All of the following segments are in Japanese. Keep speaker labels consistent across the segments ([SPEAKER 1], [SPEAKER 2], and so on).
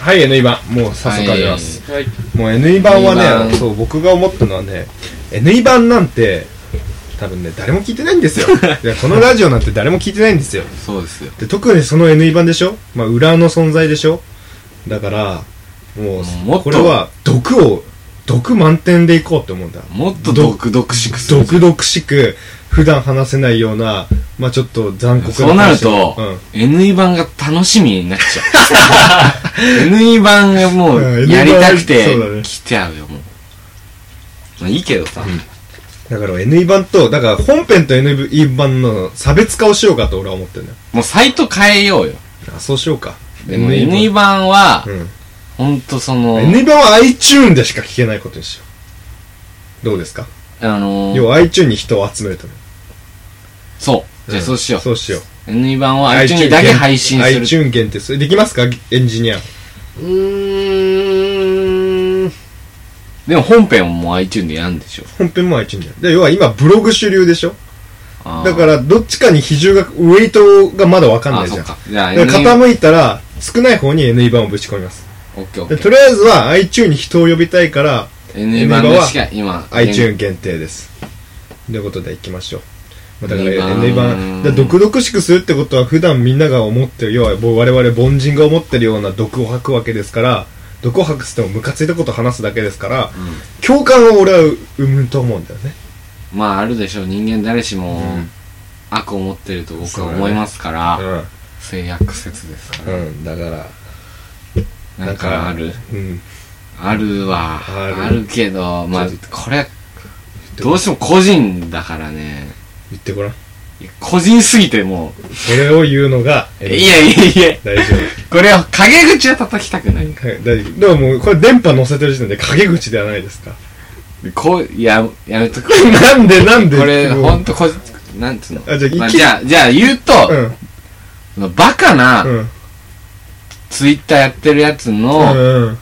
[SPEAKER 1] はい NE 版もう早速あります、
[SPEAKER 2] はい。
[SPEAKER 1] もう NE 版は
[SPEAKER 3] NE
[SPEAKER 1] ね
[SPEAKER 3] 版
[SPEAKER 1] そう僕が思ったのはね NE 版なんて多分ね誰も聞いてないん ですよいやこのラジオなんて誰も聞いてないんですよ
[SPEAKER 3] そうですよ
[SPEAKER 1] で特にその NE 版でしょ、まあ、裏の存在でしょだからもう
[SPEAKER 3] もっと
[SPEAKER 1] これは毒を毒満点でいこうって思うんだ
[SPEAKER 3] もっと毒々しくする
[SPEAKER 1] 毒々しく普段話せないようなまあちょっと残酷
[SPEAKER 3] そうなると、
[SPEAKER 1] うん
[SPEAKER 3] NE 版が楽しみになっち ゃう。NE 版がも
[SPEAKER 1] う
[SPEAKER 3] うんやりた
[SPEAKER 1] そう
[SPEAKER 3] く
[SPEAKER 1] だ
[SPEAKER 3] て
[SPEAKER 1] ね
[SPEAKER 3] 来ちゃうよ、もう。まあいいけどさ。
[SPEAKER 1] だから NE 版とだから本編と NE 版の差別化をしようかと俺は思ってるんだよ
[SPEAKER 3] もうサイト変えようよ。
[SPEAKER 1] あそうしようか
[SPEAKER 3] でも NE 版は、
[SPEAKER 1] うん
[SPEAKER 3] ほんとその、
[SPEAKER 1] NE 版は iTune でしか聞けないことにしようどうですか、
[SPEAKER 3] あの
[SPEAKER 1] 要
[SPEAKER 3] ー、
[SPEAKER 1] は iTune に人を集めるため
[SPEAKER 3] そう。じゃあそうしよ
[SPEAKER 1] そうしよう
[SPEAKER 3] う。NE 版は iTunes だけ配信する。
[SPEAKER 1] iTune 限定それできますかエンジニア
[SPEAKER 2] うーん。
[SPEAKER 3] でも本編はもう iTunes でやるんでしょ。
[SPEAKER 1] 本編も iTune じゃんで要は今ブログ主流でしょ
[SPEAKER 3] あー
[SPEAKER 1] だか、らどっちかに比重がウェイトがまだわかんな
[SPEAKER 3] あ、
[SPEAKER 1] いじ
[SPEAKER 3] そ
[SPEAKER 1] ゃ
[SPEAKER 3] っ
[SPEAKER 1] ん
[SPEAKER 3] か。じゃあ
[SPEAKER 1] で
[SPEAKER 3] NE 版、
[SPEAKER 1] 傾いたら少ない方に NE 版をぶち込みます
[SPEAKER 3] オッケーオッ
[SPEAKER 1] で
[SPEAKER 3] ケー。
[SPEAKER 1] とりあえずは iTune に人を呼びたいから
[SPEAKER 3] NE 版でしか今、
[SPEAKER 1] iTune 限定ですということでいきましょうまあだから NE
[SPEAKER 3] NE
[SPEAKER 1] 版
[SPEAKER 3] 版
[SPEAKER 1] だから毒々しくするってことは普段みんなが思ってる要はもう我々凡人が思ってるような毒を吐くわけですから毒を吐くっつってもムカついたことを話すだけですから、共感を俺は生むと思うんだよね
[SPEAKER 3] まああるでしょう人間誰しも
[SPEAKER 1] ん
[SPEAKER 3] 悪を持ってると僕は思いますから、制約説です
[SPEAKER 1] う
[SPEAKER 3] から、
[SPEAKER 1] ん、うん、だから
[SPEAKER 3] なんかある
[SPEAKER 1] うん
[SPEAKER 3] あるは
[SPEAKER 1] あ
[SPEAKER 3] あ
[SPEAKER 1] る
[SPEAKER 3] るけどまあ
[SPEAKER 1] ちょ
[SPEAKER 3] これどうしても個人だからね
[SPEAKER 1] 言ってごらん
[SPEAKER 3] 個人すぎても
[SPEAKER 1] それを言うのが
[SPEAKER 3] ういやいやいや
[SPEAKER 1] 大丈夫
[SPEAKER 3] これは陰口は叩きたくない
[SPEAKER 1] はい、大丈夫。でももう、これ電波乗せてる時点で陰口ではないですか。
[SPEAKER 3] こうややめとく
[SPEAKER 1] なんでなんで
[SPEAKER 3] これ
[SPEAKER 1] もう
[SPEAKER 3] ほんとこなんつうの
[SPEAKER 1] あじゃあ
[SPEAKER 3] ま
[SPEAKER 1] いき
[SPEAKER 3] じゃあじゃあ言うと、
[SPEAKER 1] うん、
[SPEAKER 3] そのバカ
[SPEAKER 1] う、
[SPEAKER 3] なんツイッターやってるやつの、
[SPEAKER 1] うん、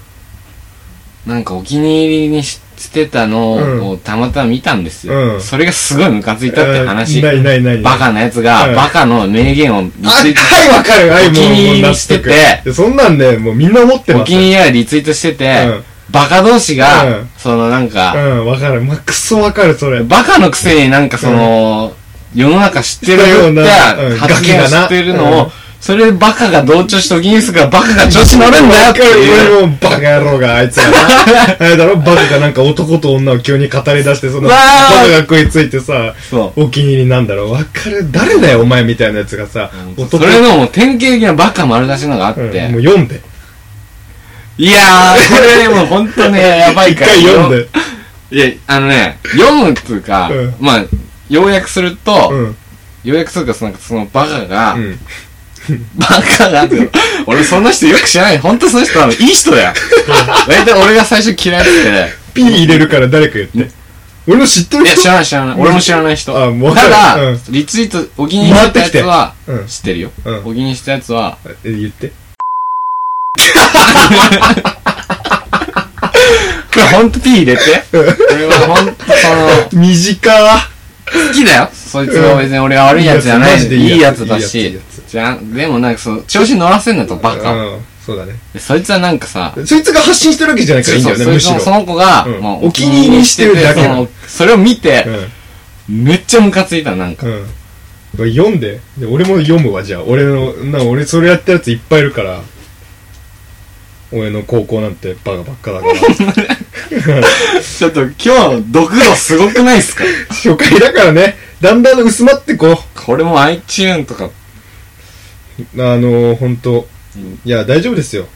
[SPEAKER 3] なんかお気に入りにししてたのをたまたま見たんですよ、
[SPEAKER 1] うん
[SPEAKER 3] それがすごいムカついたって話、
[SPEAKER 1] うんないないない。
[SPEAKER 3] バカなやつが、
[SPEAKER 1] うん
[SPEAKER 3] バカの名言をリツイ
[SPEAKER 1] あ、は
[SPEAKER 3] ー
[SPEAKER 1] い、わかる。はい、
[SPEAKER 3] お
[SPEAKER 1] も
[SPEAKER 3] 気
[SPEAKER 1] う、
[SPEAKER 3] に入り
[SPEAKER 1] もう
[SPEAKER 3] にしてて
[SPEAKER 1] 納得そんなんね、もうみんな思って
[SPEAKER 3] トお
[SPEAKER 1] ます
[SPEAKER 3] 気に入りやリツイートしてて、
[SPEAKER 1] うん
[SPEAKER 3] バカ同士が、
[SPEAKER 1] うん
[SPEAKER 3] そのなん
[SPEAKER 1] う
[SPEAKER 3] か、
[SPEAKER 1] ん、わかる。まあ、くそわかる、それ。
[SPEAKER 3] バカのくせになんかその、世の中知ってるような
[SPEAKER 1] うん
[SPEAKER 3] 発言を
[SPEAKER 1] ガキがな
[SPEAKER 3] してるのを、
[SPEAKER 1] うん
[SPEAKER 3] それでバカが同調してお気に入りするからバカが調子乗るんだよ
[SPEAKER 1] わ
[SPEAKER 3] って
[SPEAKER 1] かる
[SPEAKER 3] いう。
[SPEAKER 1] 俺もバカ野郎があいつ らなあれだろバカがなんか男と女を急に語り出してその
[SPEAKER 3] わ
[SPEAKER 1] バ
[SPEAKER 3] ー
[SPEAKER 1] カが食いついてさ
[SPEAKER 3] そ
[SPEAKER 1] お気に入りなんだろうわかる誰だよお前みたいなやつがさ
[SPEAKER 3] う。それのもう典型的なバカ丸出しのがあって、
[SPEAKER 1] うんもう読んで
[SPEAKER 3] いやー、これもうほんとね、 やばい
[SPEAKER 1] 一
[SPEAKER 3] から。
[SPEAKER 1] 回読んで
[SPEAKER 3] いや、あのね、読むっていうか、
[SPEAKER 1] うん
[SPEAKER 3] まあ、要約すると、
[SPEAKER 1] うん
[SPEAKER 3] 要約するとその、そのバカが、
[SPEAKER 1] うん
[SPEAKER 3] バカ がって、俺その人よく知らない。ほんとその人多分いい人だよ。大体俺が最初嫌いで、
[SPEAKER 1] ピー入れるから誰か言って俺の知ってる
[SPEAKER 3] いや、
[SPEAKER 1] 人
[SPEAKER 3] 知らない知らない。俺も知らない人。
[SPEAKER 1] あもうわか
[SPEAKER 3] た
[SPEAKER 1] る
[SPEAKER 3] だ、
[SPEAKER 1] うん
[SPEAKER 3] リツイート、お気に入りしたやつは、
[SPEAKER 1] 回ってきてうん
[SPEAKER 3] 知ってるよ。
[SPEAKER 1] うん
[SPEAKER 3] お気に入りしたやつは、
[SPEAKER 1] え言って
[SPEAKER 3] これほんと P 入れて。俺はほんとその、
[SPEAKER 1] 短
[SPEAKER 3] 好きだよ。そいつは別に俺は悪いやつじゃな
[SPEAKER 1] いいやつ
[SPEAKER 3] い。
[SPEAKER 1] マジでいいやつ
[SPEAKER 3] いいやつだ
[SPEAKER 1] いいやついい
[SPEAKER 3] し
[SPEAKER 1] や。
[SPEAKER 3] じゃあ、でもなんかそう、調子乗らせんだとバカを。
[SPEAKER 1] うんそうだね
[SPEAKER 3] でそいつはなんかさ、
[SPEAKER 1] そいつが発信してるわけじゃないからいいんだよね
[SPEAKER 3] そう
[SPEAKER 1] む
[SPEAKER 3] そ
[SPEAKER 1] し
[SPEAKER 3] いつ
[SPEAKER 1] ろ
[SPEAKER 3] もその子が、
[SPEAKER 1] うん
[SPEAKER 3] まあ
[SPEAKER 1] お気に入りにしてるだけ
[SPEAKER 3] そのそれを見
[SPEAKER 1] う
[SPEAKER 3] て、
[SPEAKER 1] ん
[SPEAKER 3] めっちゃムカついた、なんか。
[SPEAKER 1] うん読んでで俺も読むわじゃあ俺のな俺それやってるやついっぱいいるから俺の高校なんてバカばっかだ から
[SPEAKER 3] ちょっと今日の毒度すごくないっすか
[SPEAKER 1] 初回だからねだんだん薄まってこう
[SPEAKER 3] これも iTune とか、
[SPEAKER 1] あのー、本当
[SPEAKER 3] うん
[SPEAKER 1] いや大丈夫ですよ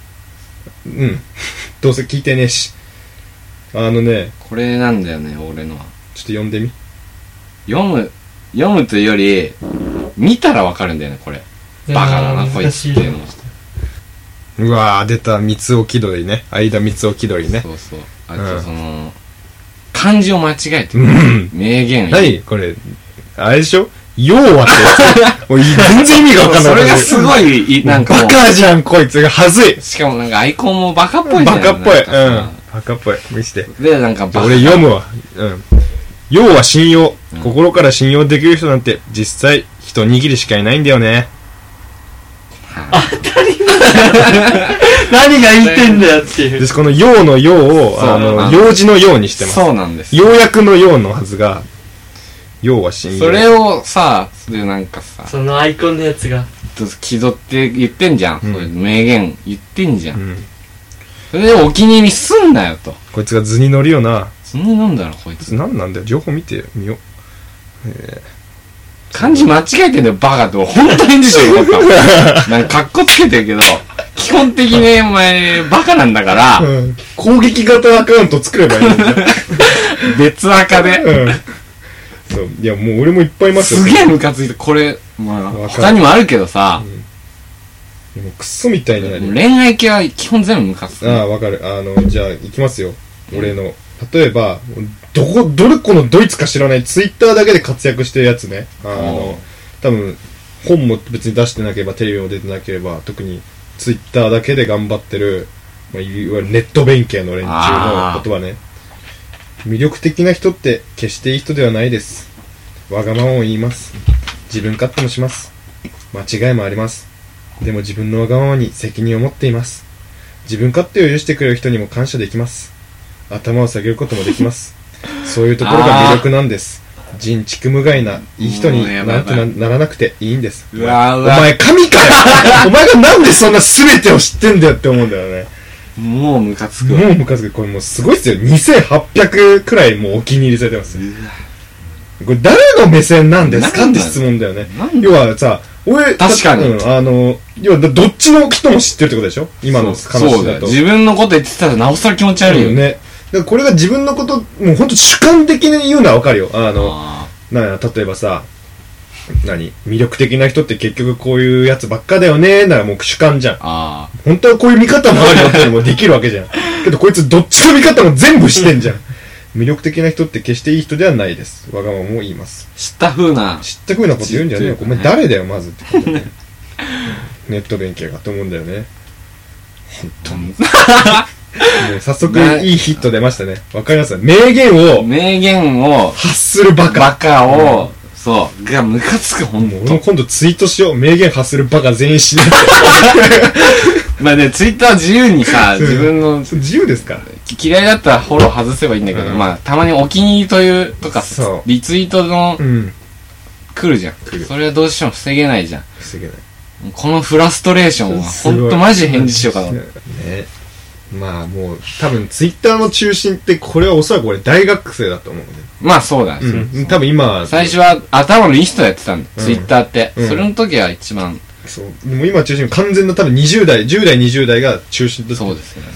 [SPEAKER 1] うんどうせ聞いてねえしあのね
[SPEAKER 3] これなんだよね、俺の
[SPEAKER 1] ち
[SPEAKER 3] は。
[SPEAKER 1] ょっと読んでみ
[SPEAKER 3] 読む、読むというより、見たらわかるんだよね、これ。バカだな、こいつっていうのは。
[SPEAKER 1] うわー出た三つおきどりね間三つおきどりね
[SPEAKER 3] そうそう。あ
[SPEAKER 1] うん
[SPEAKER 3] とその、漢字を間違えて
[SPEAKER 1] う、ん
[SPEAKER 3] 名言を言う
[SPEAKER 1] 何これあれでしょ要はってもう全然意味がわかんない
[SPEAKER 3] それがすごい、いなんかも
[SPEAKER 1] バ
[SPEAKER 3] う、
[SPEAKER 1] カじゃんこいつがはずい
[SPEAKER 3] しかもなんかアイコンもバカっぽいじゃ
[SPEAKER 1] バ
[SPEAKER 3] ん
[SPEAKER 1] カっぽい
[SPEAKER 3] なんか
[SPEAKER 1] うん
[SPEAKER 3] さ
[SPEAKER 1] バカっぽい見して
[SPEAKER 3] で、なんかバカ。
[SPEAKER 1] 俺読むわうん要は信用心から信用できる人なんて実際一握りしかいないんだよね
[SPEAKER 3] はい
[SPEAKER 2] 何が言ってんだよっていう
[SPEAKER 1] で。この「よう」の「よう」を
[SPEAKER 3] そう
[SPEAKER 1] あ
[SPEAKER 3] あ
[SPEAKER 1] の
[SPEAKER 3] の
[SPEAKER 1] 用事の「よう」にしてます
[SPEAKER 3] そうなんですよ
[SPEAKER 1] ようやくの「よう」のはずが「よう」は信用
[SPEAKER 3] それをさ、そういうなんかさ、
[SPEAKER 2] そのアイコンのやつが。
[SPEAKER 3] 気取って言ってんじゃん。
[SPEAKER 1] うん
[SPEAKER 3] そういう名言言ってんじゃ。
[SPEAKER 1] うんん
[SPEAKER 3] それでお気に入りすんなよと。
[SPEAKER 1] こいつが図に乗るよな
[SPEAKER 3] そんなになんだろ、こいつ。
[SPEAKER 1] 何なんだよ情報見てみよう
[SPEAKER 3] 漢字間違えてんだよ、バカって。本当に辞書よかっ た。なんか、格好つけてるけど、基本的にお前、バカなんだから、
[SPEAKER 1] うん攻撃型アカウント作ればいいんだよ
[SPEAKER 3] 別赤で。
[SPEAKER 1] うんそういやもう俺もいっぱいいますよ
[SPEAKER 3] すげえムカついて、これ、まあ、
[SPEAKER 1] わかる
[SPEAKER 3] 他にもあるけどさ、
[SPEAKER 1] もうクソみたいになる
[SPEAKER 3] 恋愛系は基本全部ムカつく。
[SPEAKER 1] ああわかるあのじゃあ行きますよ俺の例えばどこどれこのドイツか知らないツイッターだけで活躍してるやつねあ
[SPEAKER 3] おう
[SPEAKER 1] の多分本も別に出してなければテレビも出てなければ特にツイッターだけで頑張ってる、まあ、いわゆるネット弁慶の連中のことはね魅力的な人って決していい人ではないですわがままを言います自分勝手もします間違いもありますでも自分のわがままに責任を持っています自分勝手を許してくれる人にも感謝できます頭を下げることもできます そういうところが魅力なんです人畜無害ないい人に
[SPEAKER 3] もうやば
[SPEAKER 1] な
[SPEAKER 3] いやばい
[SPEAKER 1] なならなくていいんです
[SPEAKER 3] うわ
[SPEAKER 1] お
[SPEAKER 3] うわ
[SPEAKER 1] 前神かよお前がなんでそんな全てを知ってんだよって思うんだよね
[SPEAKER 3] もうムカつくわ。
[SPEAKER 1] もうムカつくこれもうすごいっすよ2800くらいもうお気に入りされてますこれ誰の目線なんですか
[SPEAKER 3] な
[SPEAKER 1] っ
[SPEAKER 3] ん
[SPEAKER 1] て
[SPEAKER 3] だ
[SPEAKER 1] 質問だよね
[SPEAKER 3] なんだ
[SPEAKER 1] 要はさ俺
[SPEAKER 3] 確かに
[SPEAKER 1] うんあの要はどっちの人も知ってるってことでしょ今の
[SPEAKER 3] そう
[SPEAKER 1] 彼
[SPEAKER 3] そう
[SPEAKER 1] 女
[SPEAKER 3] だ
[SPEAKER 1] だ
[SPEAKER 3] よ。
[SPEAKER 1] と
[SPEAKER 3] 自分のこと言ってたらなおさら気持ち悪いよね。
[SPEAKER 1] ねだからこれが自分のこともう本当主観的に言うのはわかるよあの
[SPEAKER 3] あ
[SPEAKER 1] なんや例えばさ何魅力的な人って結局こういうやつばっかだよねならもう主観じゃん
[SPEAKER 3] ーあー。
[SPEAKER 1] 本当はこういう見方もあるよっていうのもできるわけじ ゃん。けどこいつどっちの見方も全部してんじゃん。魅力的な人って決していい人ではないです。わがままも言います。
[SPEAKER 3] 知った風な。
[SPEAKER 1] 知ったふうなこと言うんじゃねえよ。
[SPEAKER 3] 知
[SPEAKER 1] お
[SPEAKER 3] ってる
[SPEAKER 1] 前誰だよ、まずってこと だよねネット勉強がと思うんだよね。もう早速
[SPEAKER 3] ね
[SPEAKER 1] いいヒット出ましたね。わかります名言を
[SPEAKER 3] 名言を、
[SPEAKER 1] 発するバ
[SPEAKER 3] バ
[SPEAKER 1] カ。
[SPEAKER 3] カを、そう、がムカつく、ほん
[SPEAKER 1] もう俺も
[SPEAKER 3] と。
[SPEAKER 1] 今度ツイートしよう。名言発するバカ全員死ね って。
[SPEAKER 3] まあね、ツイッター自由にさ、
[SPEAKER 1] そう
[SPEAKER 3] 自分の、
[SPEAKER 1] それ自由ですから。
[SPEAKER 3] 嫌いだったらフォロー外せばいいんだけど、
[SPEAKER 1] うん
[SPEAKER 3] まあ、たまにお気に入りという、とか
[SPEAKER 1] そ、う
[SPEAKER 3] リツイートの
[SPEAKER 1] う、ん。
[SPEAKER 3] 来るじゃん
[SPEAKER 1] 来る。
[SPEAKER 3] それはどうしても防げないじゃん。
[SPEAKER 1] 防げない。
[SPEAKER 3] このフラストレーションは、ほんとマジ返事しようかな。
[SPEAKER 1] ねまあもう多分ツイッターの中心ってこれはおそらく俺大学生だと思うね、
[SPEAKER 3] まあ、そうだね。
[SPEAKER 1] うん、多分今
[SPEAKER 3] 最初は頭のいい人やってたんだ、
[SPEAKER 1] うん
[SPEAKER 3] ツイッターって。
[SPEAKER 1] うん
[SPEAKER 3] それの時は一番、
[SPEAKER 1] そうもう今中心完全な多分20代10代20代が中心と
[SPEAKER 3] そうですよね。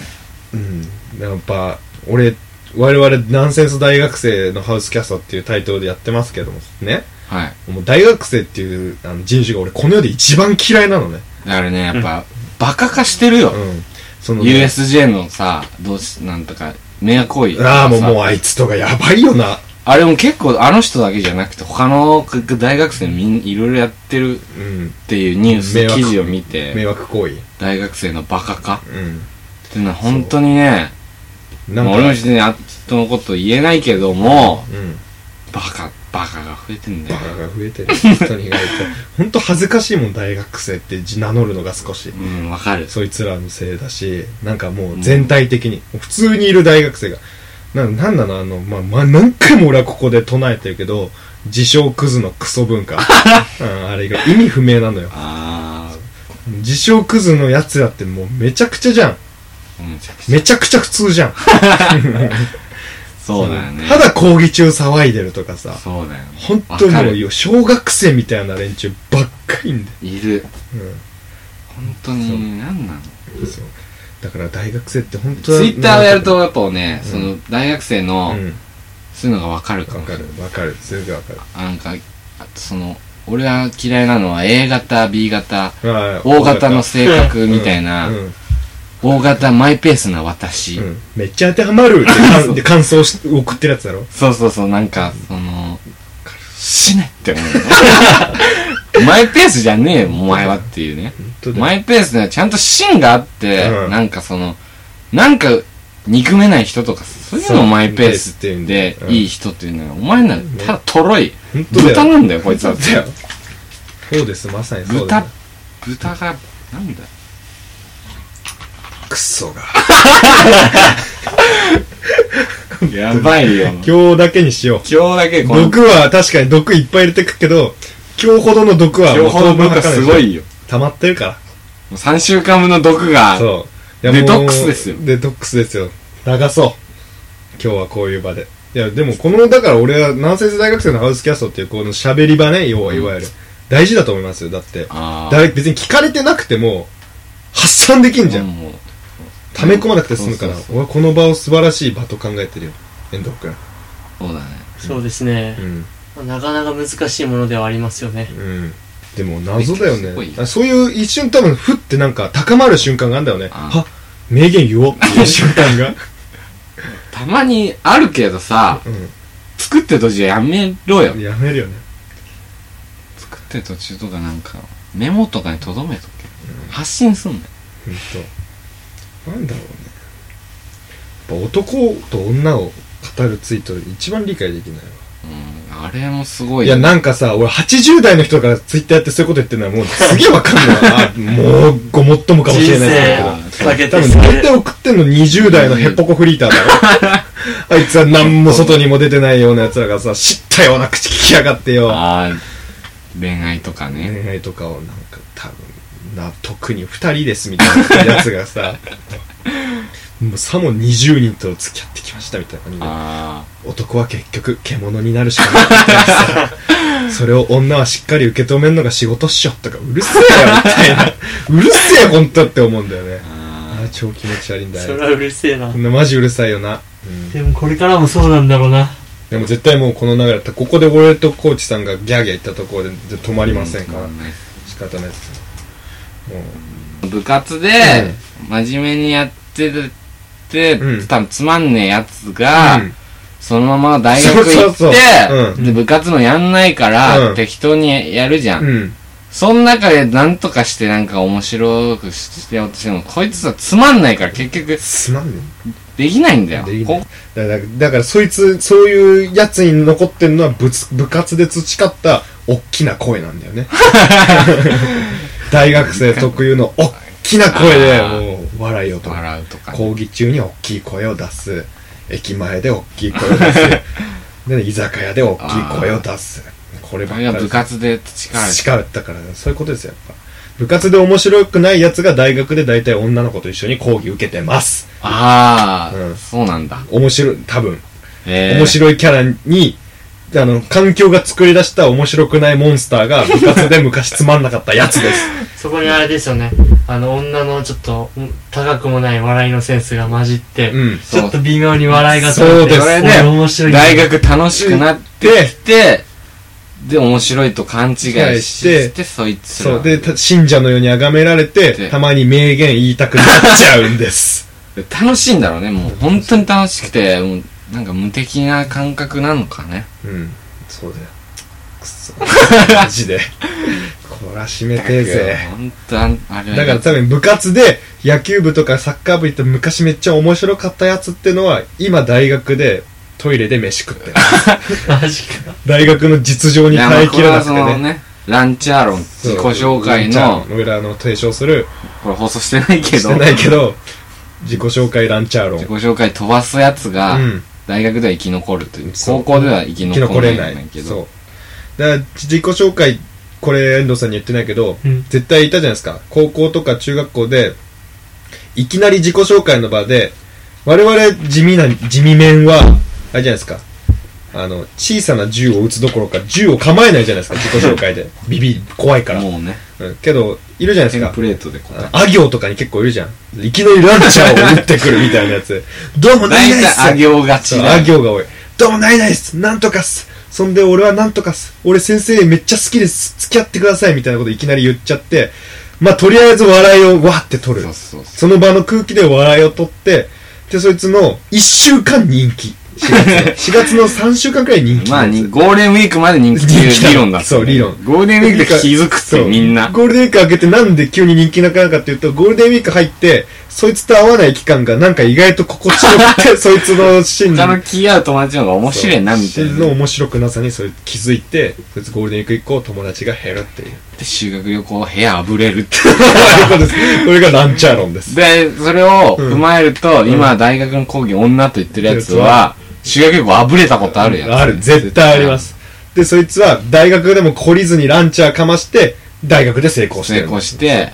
[SPEAKER 1] うんやっぱ俺我々ナンセンス大学生のハウスキャストっていうタイトルでやってますけどもね
[SPEAKER 3] はい。
[SPEAKER 1] もう大学生っていうあの人種が俺この世で一番嫌いなのね
[SPEAKER 3] だからね、やっぱ、バカ化してるよ
[SPEAKER 1] う。んそのね
[SPEAKER 3] USJ のさ、どうし、なんとか、迷惑行為。
[SPEAKER 1] ああもうもう
[SPEAKER 3] う。
[SPEAKER 1] あいつとかやばいよな
[SPEAKER 3] あれも結構、あの人だけじゃなくて、他の大学生みん、いろいろやってるっ
[SPEAKER 1] うん
[SPEAKER 3] ていうニュー
[SPEAKER 1] 迷
[SPEAKER 3] ス、
[SPEAKER 1] 惑
[SPEAKER 3] 記事を見
[SPEAKER 1] 迷
[SPEAKER 3] て、
[SPEAKER 1] 惑行為
[SPEAKER 3] 大学生のバカ化
[SPEAKER 1] う
[SPEAKER 3] っていうのは本当にね、
[SPEAKER 1] ん
[SPEAKER 3] まあ俺も別にあ人のこと言えないけども、
[SPEAKER 1] うん
[SPEAKER 3] バカ、バカが増えてんだ
[SPEAKER 1] バ
[SPEAKER 3] よ。
[SPEAKER 1] カが増えて る人にがいて本当恥ずかしいもん大学生って名乗るのが少し
[SPEAKER 3] うん、わかる。
[SPEAKER 1] そいつらのせいだしなんかもう全体的に、普通にいる大学生がななんなのあの、まあまあ、何回も俺はここで唱えてるけど自称クズのクソ文 化、うん、あれが意味不明なのよ
[SPEAKER 3] あ
[SPEAKER 1] 自称クズのやつらってもうめちゃくちゃじゃん
[SPEAKER 3] ー、うん、
[SPEAKER 1] めちゃくちゃ普通じゃん
[SPEAKER 3] そうだよね。
[SPEAKER 1] ただ講義中騒いでるとかさ
[SPEAKER 3] そうだよね。
[SPEAKER 1] 本当
[SPEAKER 3] わ
[SPEAKER 1] も
[SPEAKER 3] かる
[SPEAKER 1] う小学生みたいな連中ばっかりいんだよ
[SPEAKER 3] いる。
[SPEAKER 1] うん
[SPEAKER 3] 本当
[SPEAKER 1] そう
[SPEAKER 3] に、なんなの
[SPEAKER 1] そうだから大学生って本当は
[SPEAKER 3] ツイッターをやると、やっぱね、その、大学生
[SPEAKER 1] う
[SPEAKER 3] の、
[SPEAKER 1] ん
[SPEAKER 3] そういうのがわかるか
[SPEAKER 1] わ
[SPEAKER 3] もし
[SPEAKER 1] か
[SPEAKER 3] れない
[SPEAKER 1] る。わかるすぐわかる
[SPEAKER 3] なんか、あとその、俺が嫌いなのは A 型、B 型、
[SPEAKER 1] ああ
[SPEAKER 3] O 型の性格みたいな
[SPEAKER 1] うん、うん
[SPEAKER 3] O 型マイペースな私。
[SPEAKER 1] うんめっちゃ当てはま るって感で感想し送ってるやつだろ
[SPEAKER 3] そうそうそう、なんか、その、死ねって思う よ。マイペースじゃねえよ、お前はっていうね。
[SPEAKER 1] 本当だよ
[SPEAKER 3] マイペースにはちゃんと芯があって、
[SPEAKER 1] うん
[SPEAKER 3] なんかその、なんか憎めない人とか、そういうのをマイペースって言うんで
[SPEAKER 1] う、ん
[SPEAKER 3] いい人っていうのは、お前ならただとろい。
[SPEAKER 1] 本当だよ
[SPEAKER 3] 豚なんだよ、こいつだって。
[SPEAKER 1] だよそうですまさにそうだ
[SPEAKER 3] 豚
[SPEAKER 1] よ、
[SPEAKER 3] 豚が、なんだよ。
[SPEAKER 1] クソが。
[SPEAKER 3] やばい よ。
[SPEAKER 1] 今日だけにしよう。
[SPEAKER 3] 今日だけこの、
[SPEAKER 1] 毒は確かに毒いっぱい入れてくけど、今日ほどの毒は
[SPEAKER 3] 今日ほ
[SPEAKER 1] も
[SPEAKER 3] ど
[SPEAKER 1] う当分
[SPEAKER 3] 僕
[SPEAKER 1] 吐
[SPEAKER 3] は
[SPEAKER 1] かな
[SPEAKER 3] す
[SPEAKER 1] でしょ
[SPEAKER 3] ご。いよ。
[SPEAKER 1] 溜まってるか
[SPEAKER 3] もう3週間分の毒
[SPEAKER 1] ら。
[SPEAKER 3] が、
[SPEAKER 1] そう。いや
[SPEAKER 3] デ
[SPEAKER 1] もう
[SPEAKER 3] トックスですよ
[SPEAKER 1] デトックスですよ。流そう。今日はこういう場で。いや、でもこの、だから俺は南西大学生のハウスキャストっていうこの喋り場ね、要はいわゆる。大事だと思いますよ。だって。
[SPEAKER 3] あー
[SPEAKER 1] だ別に聞かれてなくても、発散できんじゃん。
[SPEAKER 3] もう
[SPEAKER 1] 溜め込まなくて済むから
[SPEAKER 3] そうそう。そう
[SPEAKER 1] 俺はこの場を素晴らしい場と考えてるよ。遠藤くん。
[SPEAKER 3] そうだね。
[SPEAKER 2] そうですね
[SPEAKER 1] う、ん。
[SPEAKER 2] なかなか難しいものではありますよね
[SPEAKER 1] うん。でも謎だよ
[SPEAKER 3] すごい
[SPEAKER 1] ね。そういう一瞬多分、ふってなんか高まる瞬間があるんだよね。
[SPEAKER 3] あ
[SPEAKER 1] は名言言おうっていう瞬間が。
[SPEAKER 3] たまにあるけどさ、
[SPEAKER 1] う
[SPEAKER 3] 作ってる途中やめろよ
[SPEAKER 1] ん。。やめるよね。
[SPEAKER 3] 作ってる途中とかなんか、メモとかに留めとけ。発信すんだよ。
[SPEAKER 1] ほんと。なんだろうね。やっぱ男と女を語るツイート一番理解できないわ。
[SPEAKER 3] うん、あれもすごい
[SPEAKER 1] い
[SPEAKER 3] よ。
[SPEAKER 1] や、なんかさ、俺80代の人からツイッターやってそういうこと言ってるのはもうすげえわかん ないわ。あもうごもっともかもしれないけど。
[SPEAKER 2] 人生かけ
[SPEAKER 1] 多
[SPEAKER 2] て
[SPEAKER 1] 分
[SPEAKER 2] そ
[SPEAKER 1] 大体
[SPEAKER 2] れ
[SPEAKER 1] 送ってんの20代のヘッポコフリーターだろ あいつは何も外にも出てないような奴らがさ知ったような口聞きやがってよ
[SPEAKER 3] あー恋愛とかね。
[SPEAKER 1] 恋愛とかをなんか多分な特に2人ですみたいなやつがさもうさも20人と付き合ってきましたみたいな感じで
[SPEAKER 3] あ
[SPEAKER 1] 男は結局獣になるしかないみたいなさそれを女はしっかり受け止めるのが仕事っしょとかうるせえよみたいなうるせえよ本当って思うんだよね
[SPEAKER 3] ー
[SPEAKER 1] あ
[SPEAKER 3] あ
[SPEAKER 1] ー超気持ち悪いんだよ
[SPEAKER 2] それはうるせえな
[SPEAKER 1] こんなマジうるさいよな、うん
[SPEAKER 2] でもこれからもそうなんだろうな
[SPEAKER 1] でも絶対もうこの流れだったここで俺とコーチさんがギャーギャー言ったところで止ま
[SPEAKER 3] ー。
[SPEAKER 1] りませんから、
[SPEAKER 3] うね
[SPEAKER 1] 仕方ないですも
[SPEAKER 3] 部活で、真面目にやってて、
[SPEAKER 1] うん
[SPEAKER 3] 多分つまんねえやつが、
[SPEAKER 1] うん
[SPEAKER 3] そのまま大学行って
[SPEAKER 1] そうそうそううん
[SPEAKER 3] で部活のやんないから、
[SPEAKER 1] うん
[SPEAKER 3] 適当にやるじゃん、
[SPEAKER 1] ううん
[SPEAKER 3] その中でなんとかしてなんか面白くしてようとしてもこいつさつまんないから結局
[SPEAKER 1] すまんね
[SPEAKER 3] できないんだよ
[SPEAKER 1] できない
[SPEAKER 3] こ
[SPEAKER 1] だからだからそいつそういうやつに残ってるのは部部活で培ったおっきな声なんだよ ね大学生特有のおっきな声で
[SPEAKER 3] あー
[SPEAKER 1] もう笑いをと
[SPEAKER 3] 笑うとか、
[SPEAKER 1] 講義中に大きい声を出す駅前で大きい声を出 すで居酒屋で大きい声を出すこれば
[SPEAKER 3] こ
[SPEAKER 1] っ
[SPEAKER 3] れ
[SPEAKER 1] か
[SPEAKER 3] が
[SPEAKER 1] り
[SPEAKER 3] 部活で培う
[SPEAKER 1] 培ったからねそういうことですよやっぱ部活で面白くないやつが大学で大体女の子と一緒に講義受けてます
[SPEAKER 3] ああ、
[SPEAKER 1] うん
[SPEAKER 3] そうなんだ、
[SPEAKER 1] 面白い多分、
[SPEAKER 3] えー、
[SPEAKER 1] 面白いキャラにあの環境が作り出した面白くないモンスターが部活で昔つまんなかったやつです
[SPEAKER 2] そこにあれですよねあの女のちょっとうん高くもない笑いのセンスが混じって、
[SPEAKER 1] うん
[SPEAKER 2] ちょっと微妙に笑いが
[SPEAKER 1] そうです
[SPEAKER 2] これね面白いね
[SPEAKER 3] 大学楽しくなってきて、で、面白いと勘違いし
[SPEAKER 1] 勘違いして
[SPEAKER 3] して、そいつら。
[SPEAKER 1] そうでた信者のように崇められて
[SPEAKER 3] で
[SPEAKER 1] たまに名言言いたくなっちゃうんです
[SPEAKER 3] 楽しいんだろうね、もう。本当に楽しくて、もう、なんか無敵な感覚なのかね。
[SPEAKER 1] うんそうだよくそマジでこらしめてえぜ
[SPEAKER 3] 本当あん、あれ
[SPEAKER 1] だから多分部活で野球部とかサッカー部行って昔めっちゃ面白かったやつってのは今大学でトイレで飯食って る
[SPEAKER 2] マジか
[SPEAKER 1] 大学の実情に
[SPEAKER 3] いやま
[SPEAKER 1] 耐
[SPEAKER 3] あ
[SPEAKER 1] え
[SPEAKER 3] こ
[SPEAKER 1] き
[SPEAKER 3] れ
[SPEAKER 1] らな
[SPEAKER 3] は
[SPEAKER 1] く
[SPEAKER 3] そ
[SPEAKER 1] て
[SPEAKER 3] の
[SPEAKER 1] ね
[SPEAKER 3] ね、ランチャー論、自己紹介の、
[SPEAKER 1] 俺らの提唱する
[SPEAKER 3] これ放送してないけ
[SPEAKER 1] し
[SPEAKER 3] ど、
[SPEAKER 1] てな
[SPEAKER 3] 自
[SPEAKER 1] いけど自己紹介ランチャー論
[SPEAKER 3] 己紹介飛ばすやつが、
[SPEAKER 1] うん
[SPEAKER 3] 大学では生き残るという。
[SPEAKER 1] そう
[SPEAKER 3] 高校では生き
[SPEAKER 1] 生き残
[SPEAKER 3] 残
[SPEAKER 1] れ
[SPEAKER 3] れ
[SPEAKER 1] な
[SPEAKER 3] ないいんだけど。
[SPEAKER 1] そうだから自己紹介これ遠藤さんに言ってないけど、
[SPEAKER 2] うん
[SPEAKER 1] 絶対いたじゃないですか高校とか中学校でいきなり自己紹介の場で我々地味な地味面はあれじゃないですかあの小さな銃を撃つどころか銃を構えないじゃないですか自己紹介でビビ怖いから、
[SPEAKER 3] もうね、
[SPEAKER 1] うんけどいるじゃないで
[SPEAKER 3] テ
[SPEAKER 1] す
[SPEAKER 3] ン
[SPEAKER 1] か
[SPEAKER 3] プレートで答え
[SPEAKER 1] あのあ行とかに結構いるじゃんいきなりランチャーを撃ってくるみたいなやつどうも何
[SPEAKER 3] 大
[SPEAKER 1] 々っす
[SPEAKER 3] 体、あ行がち
[SPEAKER 1] そう
[SPEAKER 3] だよ
[SPEAKER 1] あ行が多い。どうも、ないないっす。なんとかっす。そんで、俺はなんとかっす。俺先生めっちゃ好きです。付き合ってください。みたいなこといきなり言っちゃって、まあ、とりあえず笑いをわーって取る
[SPEAKER 3] そう。そうそ
[SPEAKER 1] そ
[SPEAKER 3] う。
[SPEAKER 1] の場の空気で笑いを取って、で、そいつの1週間人気。4月の4月の3週間くらい人気
[SPEAKER 3] まあ、
[SPEAKER 1] なんです
[SPEAKER 3] にゴールデンウィークまで人気って
[SPEAKER 1] 人気
[SPEAKER 3] い
[SPEAKER 1] だ
[SPEAKER 3] う理論だ
[SPEAKER 1] そう理論
[SPEAKER 3] ゴールデンウィークで気づくって
[SPEAKER 1] そう
[SPEAKER 3] みんな。
[SPEAKER 1] ゴールデンウィーク明けてなんで急に人気なくなるかっていうと、ゴールデンウィーク入って、そいつと会わない期間がなんか意外と心地よく て、そいつの心理
[SPEAKER 3] 他の気合う友達の方が面白いな、みたい
[SPEAKER 1] そう真の
[SPEAKER 3] な。
[SPEAKER 1] 面白くなさにそれ気づいてそいつゴールデンウィーク以降友達が減るっていう
[SPEAKER 3] で、修学旅行、部屋あぶれるって。
[SPEAKER 1] そうですこれがなんちゃ論です。
[SPEAKER 3] で、それを
[SPEAKER 1] うん
[SPEAKER 3] 踏まえると、今、大学の講義女と言ってるやつは、修学旅行あぶれたことあるやつ。
[SPEAKER 1] ある、絶対ありま。す。で、そいつは大学でも懲りずにランチャーかまして、大学で成功して
[SPEAKER 3] 成
[SPEAKER 1] る。
[SPEAKER 3] 功して、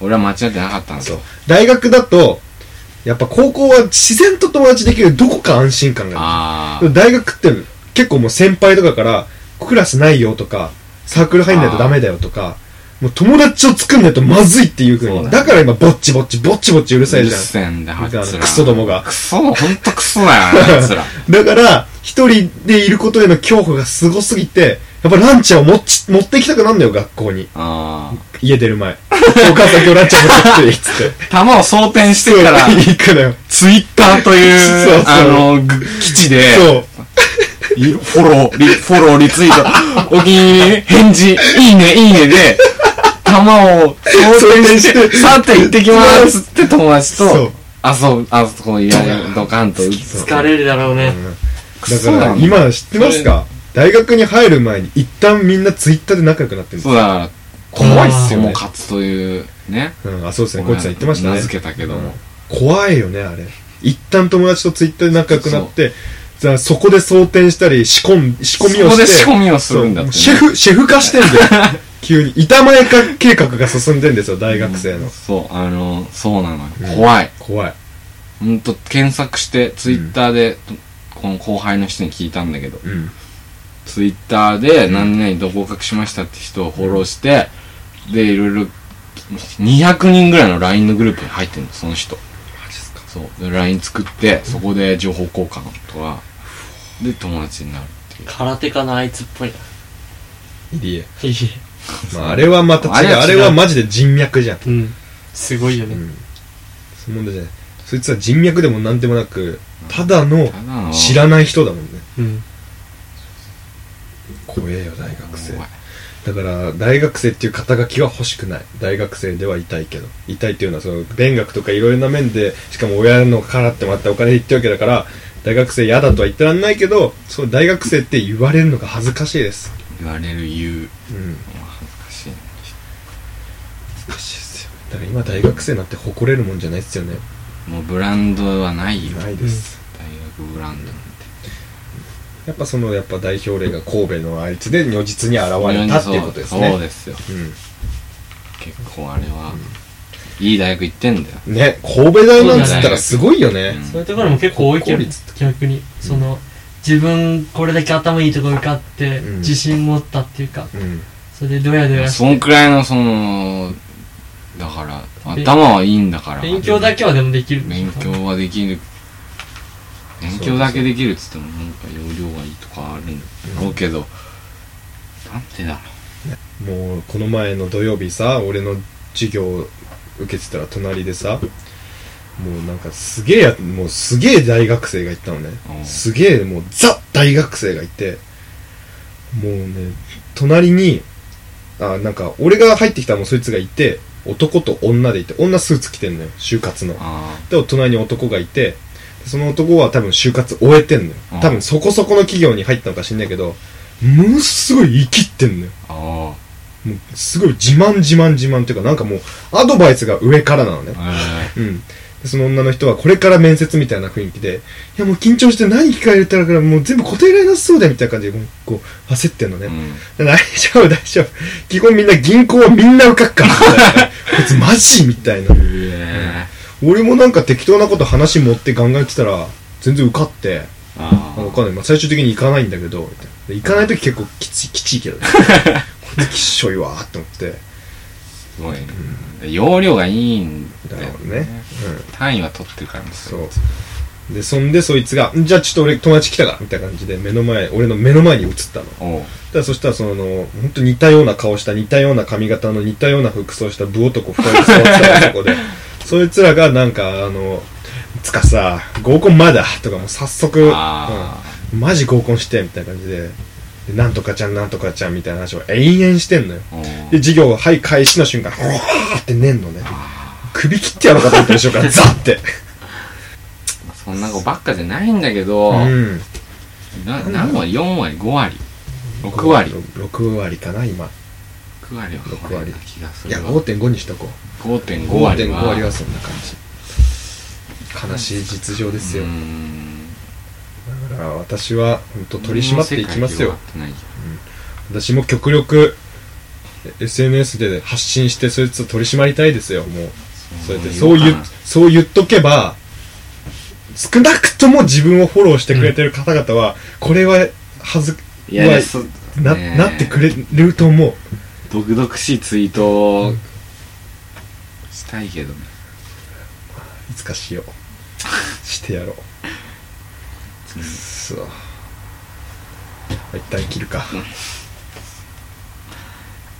[SPEAKER 3] 俺は間違ってなかったんです
[SPEAKER 1] そう
[SPEAKER 3] よ。。
[SPEAKER 1] 大学だと、やっぱ高校は自然と友達できるどこか安心感がある。で
[SPEAKER 3] あ
[SPEAKER 1] も大学って結構もう先輩とかからクラスないよとかサークル入んないとダメだよとかもう友達を作んないとまずいっていう風
[SPEAKER 3] そう
[SPEAKER 1] に
[SPEAKER 3] だ
[SPEAKER 1] だ,、
[SPEAKER 3] ね
[SPEAKER 1] から今ぼっちぼっちぼっちぼっちうる
[SPEAKER 3] ー、
[SPEAKER 1] さ
[SPEAKER 3] う
[SPEAKER 1] い
[SPEAKER 3] る
[SPEAKER 1] じゃん
[SPEAKER 3] せえんだよ、あい
[SPEAKER 1] あ
[SPEAKER 3] つ
[SPEAKER 1] の
[SPEAKER 3] ら。
[SPEAKER 1] クソどもが
[SPEAKER 3] クソ、ほんとクソだよ、あいつら。
[SPEAKER 1] だから一人でいることへの恐怖がすごすぎてやっぱランチャーを持ち持ってきたくなんだよ学校に
[SPEAKER 3] あ
[SPEAKER 1] 家出る 前お母さん今日ランチャー持ってきてっつって
[SPEAKER 3] ー弾を装填 してから、
[SPEAKER 1] 行くのよ
[SPEAKER 3] ツイッターという、
[SPEAKER 1] そうそう
[SPEAKER 3] あの、ぐ基地で、
[SPEAKER 1] そう
[SPEAKER 3] いフォロー、リ、フォロー、リツイ ート、お気に入り、返事、いいね、いいねで、弾を装填して、さて行ってきますっつって友達
[SPEAKER 1] そ
[SPEAKER 3] と
[SPEAKER 1] う、
[SPEAKER 3] あ、そう、あそこいや、ドカンと打つ。
[SPEAKER 2] 疲れるだろうね。
[SPEAKER 1] だ
[SPEAKER 3] そ
[SPEAKER 1] か
[SPEAKER 3] う
[SPEAKER 1] ら
[SPEAKER 3] なの
[SPEAKER 1] 今知ってますか大学に入る前に一旦みんなツイッターで仲良くなってるんです
[SPEAKER 3] そう
[SPEAKER 1] よ、
[SPEAKER 3] だから、怖いっすよ、
[SPEAKER 1] あー
[SPEAKER 3] もう勝つという、ね。
[SPEAKER 1] うん、あそうですねこいつさん言ってましたね
[SPEAKER 3] 名付けたけども。
[SPEAKER 1] 怖いよねあれ一旦友達とツイッターで仲良くなってじゃあそこで装填したり仕込み仕込みを
[SPEAKER 3] そこ
[SPEAKER 1] して
[SPEAKER 3] で仕込みをするんだってね
[SPEAKER 1] そうシェフシェフ化してんだよ 急に板前化計画が進んでんですよ大学生の、
[SPEAKER 3] そう、あの、そうなの
[SPEAKER 1] う
[SPEAKER 3] よ。
[SPEAKER 1] ん
[SPEAKER 3] 怖い。
[SPEAKER 1] 怖い
[SPEAKER 3] ほんと、検索して、ツイッターで、この後輩の人に聞いたんだけど、
[SPEAKER 1] うん
[SPEAKER 3] ツイッターで何々と合格しましたって人をフォローして、で、いろいろ、200人ぐらいの LINE のグループに入ってるの、その人。
[SPEAKER 1] マジっすか
[SPEAKER 3] そう。で LINE 作って、そこで情報交換とか、で、友達になるっていう。
[SPEAKER 2] 空手家のあいつっぽいな。
[SPEAKER 1] 入江、
[SPEAKER 2] いい
[SPEAKER 1] まあ、あれはまた違う
[SPEAKER 3] あ
[SPEAKER 1] あ
[SPEAKER 3] れ
[SPEAKER 1] れ
[SPEAKER 3] は違う
[SPEAKER 1] はマジで人脈じゃん、
[SPEAKER 2] え。うん。すごいよ
[SPEAKER 1] う
[SPEAKER 2] ね。
[SPEAKER 1] ん、そういう問題じゃないそいつは人脈でも何でもなくただの
[SPEAKER 3] ただの
[SPEAKER 1] 知らない人だもんね
[SPEAKER 2] うん。
[SPEAKER 1] 怖えよ大学生
[SPEAKER 3] 怖い
[SPEAKER 1] だから大学生っていう肩書きは欲しくない大学生では痛いけど痛いっていうのはその勉学とかいろいろな面でしかも親の払ってもらったお金で行ってるわけだから大学生嫌だとは言ってらんないけどその大学生って言われるのが恥ずかしいです
[SPEAKER 3] 言われる
[SPEAKER 1] う
[SPEAKER 3] 言う。
[SPEAKER 1] ん
[SPEAKER 3] 恥ずかしいな。
[SPEAKER 1] 恥ずかしいですよだから今大学生なんて誇れるもんじゃないですよね
[SPEAKER 3] もうブランドはないよ。
[SPEAKER 1] な
[SPEAKER 3] 大
[SPEAKER 1] いです、
[SPEAKER 3] 学ブランドなんて。
[SPEAKER 1] やっぱそのやっぱ代表例が神戸のあいつで如実に現れたっていうことですね
[SPEAKER 3] そうですよ。
[SPEAKER 1] う
[SPEAKER 3] 結構あれは、いい大学行ってんだよ。
[SPEAKER 1] んね神戸大なんつったらすごいよね
[SPEAKER 3] うん
[SPEAKER 2] そういうところも結構多いけど
[SPEAKER 1] 国公立、
[SPEAKER 2] 逆に。その、自分これだけ頭いいとこ受かって、
[SPEAKER 1] うん
[SPEAKER 2] 自信持ったっていうか、
[SPEAKER 1] うん
[SPEAKER 2] それでドヤドヤし
[SPEAKER 3] そんくらいのそのだから
[SPEAKER 2] べ
[SPEAKER 3] 頭はいいんだから
[SPEAKER 2] 勉強だけはでもできる。
[SPEAKER 3] 勉強はできる勉強だけできるっつってもなんか容量がいいとかあるんだろうけど、なんてだろ
[SPEAKER 1] もうこの前の土曜日さ俺の授業を受けてたら隣でさもうなんかすげえやもうすげえ大学生がいたのね
[SPEAKER 3] うん
[SPEAKER 1] すげえもうザ大学生がいてもうね隣にあなんか俺が入ってきたらもうそいつがいて男と女でいて女スーツ着てんのよ就活の
[SPEAKER 3] うあ
[SPEAKER 1] で隣に男がいてその男は多分就活終えてんのよ
[SPEAKER 3] うん
[SPEAKER 1] 多分そこそこの企業に入ったのか知んないけどものすごい生きってんのよ
[SPEAKER 3] ああ
[SPEAKER 1] もうすごい自慢自慢自慢っていうかなんかもうアドバイスが上からなのね
[SPEAKER 3] あ、え
[SPEAKER 1] うんでその女の人はこれから面接みたいな雰囲気でいやもう緊張して何聞かれたらからもう全部答えられなさそうだよみたいな感じでこう焦ってんのね、
[SPEAKER 3] えう ん
[SPEAKER 1] 大丈夫大丈夫基本みんな銀行はみんな受かっから みたいなこいつマジみたいな
[SPEAKER 3] ええ
[SPEAKER 1] 俺もなんか適当なこと話持ってガンガン言ってたら全然受かって
[SPEAKER 3] あ
[SPEAKER 1] わかんない、まあ、最終的に行かないんだけどみたいなで行かない時結構きちきちいけ どねこいつきっしょいわーって思って
[SPEAKER 3] すごい、ね容量がいいんだ
[SPEAKER 1] だ
[SPEAKER 3] よ
[SPEAKER 1] ろう
[SPEAKER 3] ね
[SPEAKER 1] ね、うん、
[SPEAKER 3] 単位は取ってるからねそれ
[SPEAKER 1] そうでそんでそいつが「んじゃあちょっと俺友達来たから」みたいな感じで目の前俺の目の前に映ったの
[SPEAKER 3] おう
[SPEAKER 1] ただそしたらその本当似たような顔した似たような髪型の似たような服装した部男二人が座ってたのそこ でそいつらがなんかあの「つかさ合コンまだ」とかもう早速、
[SPEAKER 3] あ
[SPEAKER 1] うんマジ合コンして」みたいな感じででなんとかちゃんなんとかちゃん」みたいな話を延々してんのよ
[SPEAKER 3] おう
[SPEAKER 1] で授業はい開始の瞬間「うわーって寝んのね首切ってやろうかと思ったでしょう からザッて
[SPEAKER 3] そんな子ばっかじゃないんだけど、
[SPEAKER 1] うん
[SPEAKER 3] な何割4割5割6割
[SPEAKER 1] 6割かな今
[SPEAKER 3] 6割はこれな気がす
[SPEAKER 1] い
[SPEAKER 3] る
[SPEAKER 1] や
[SPEAKER 3] わ
[SPEAKER 1] 5.5にしとこう
[SPEAKER 3] 5.5
[SPEAKER 1] 5.5
[SPEAKER 3] 割
[SPEAKER 1] 割
[SPEAKER 3] は
[SPEAKER 1] はそんな感じ悲しい実情ですよ、
[SPEAKER 3] うーん
[SPEAKER 1] だから私は本当取り締まっていきますよ
[SPEAKER 3] 世界広がってない
[SPEAKER 1] 私も極力え SNS で発信してそいつを取り締まりたいですよもうそれでそう言
[SPEAKER 3] かな
[SPEAKER 1] っそう言っとけば少なくとも自分をフォローしてくれてる方々は、これははず
[SPEAKER 3] いやいやそ
[SPEAKER 1] な,、
[SPEAKER 3] ねえ
[SPEAKER 1] なってくれると思う
[SPEAKER 3] 毒々しいツイートをしたいけどね
[SPEAKER 1] いつかしようしてやろうくっそ一旦切るか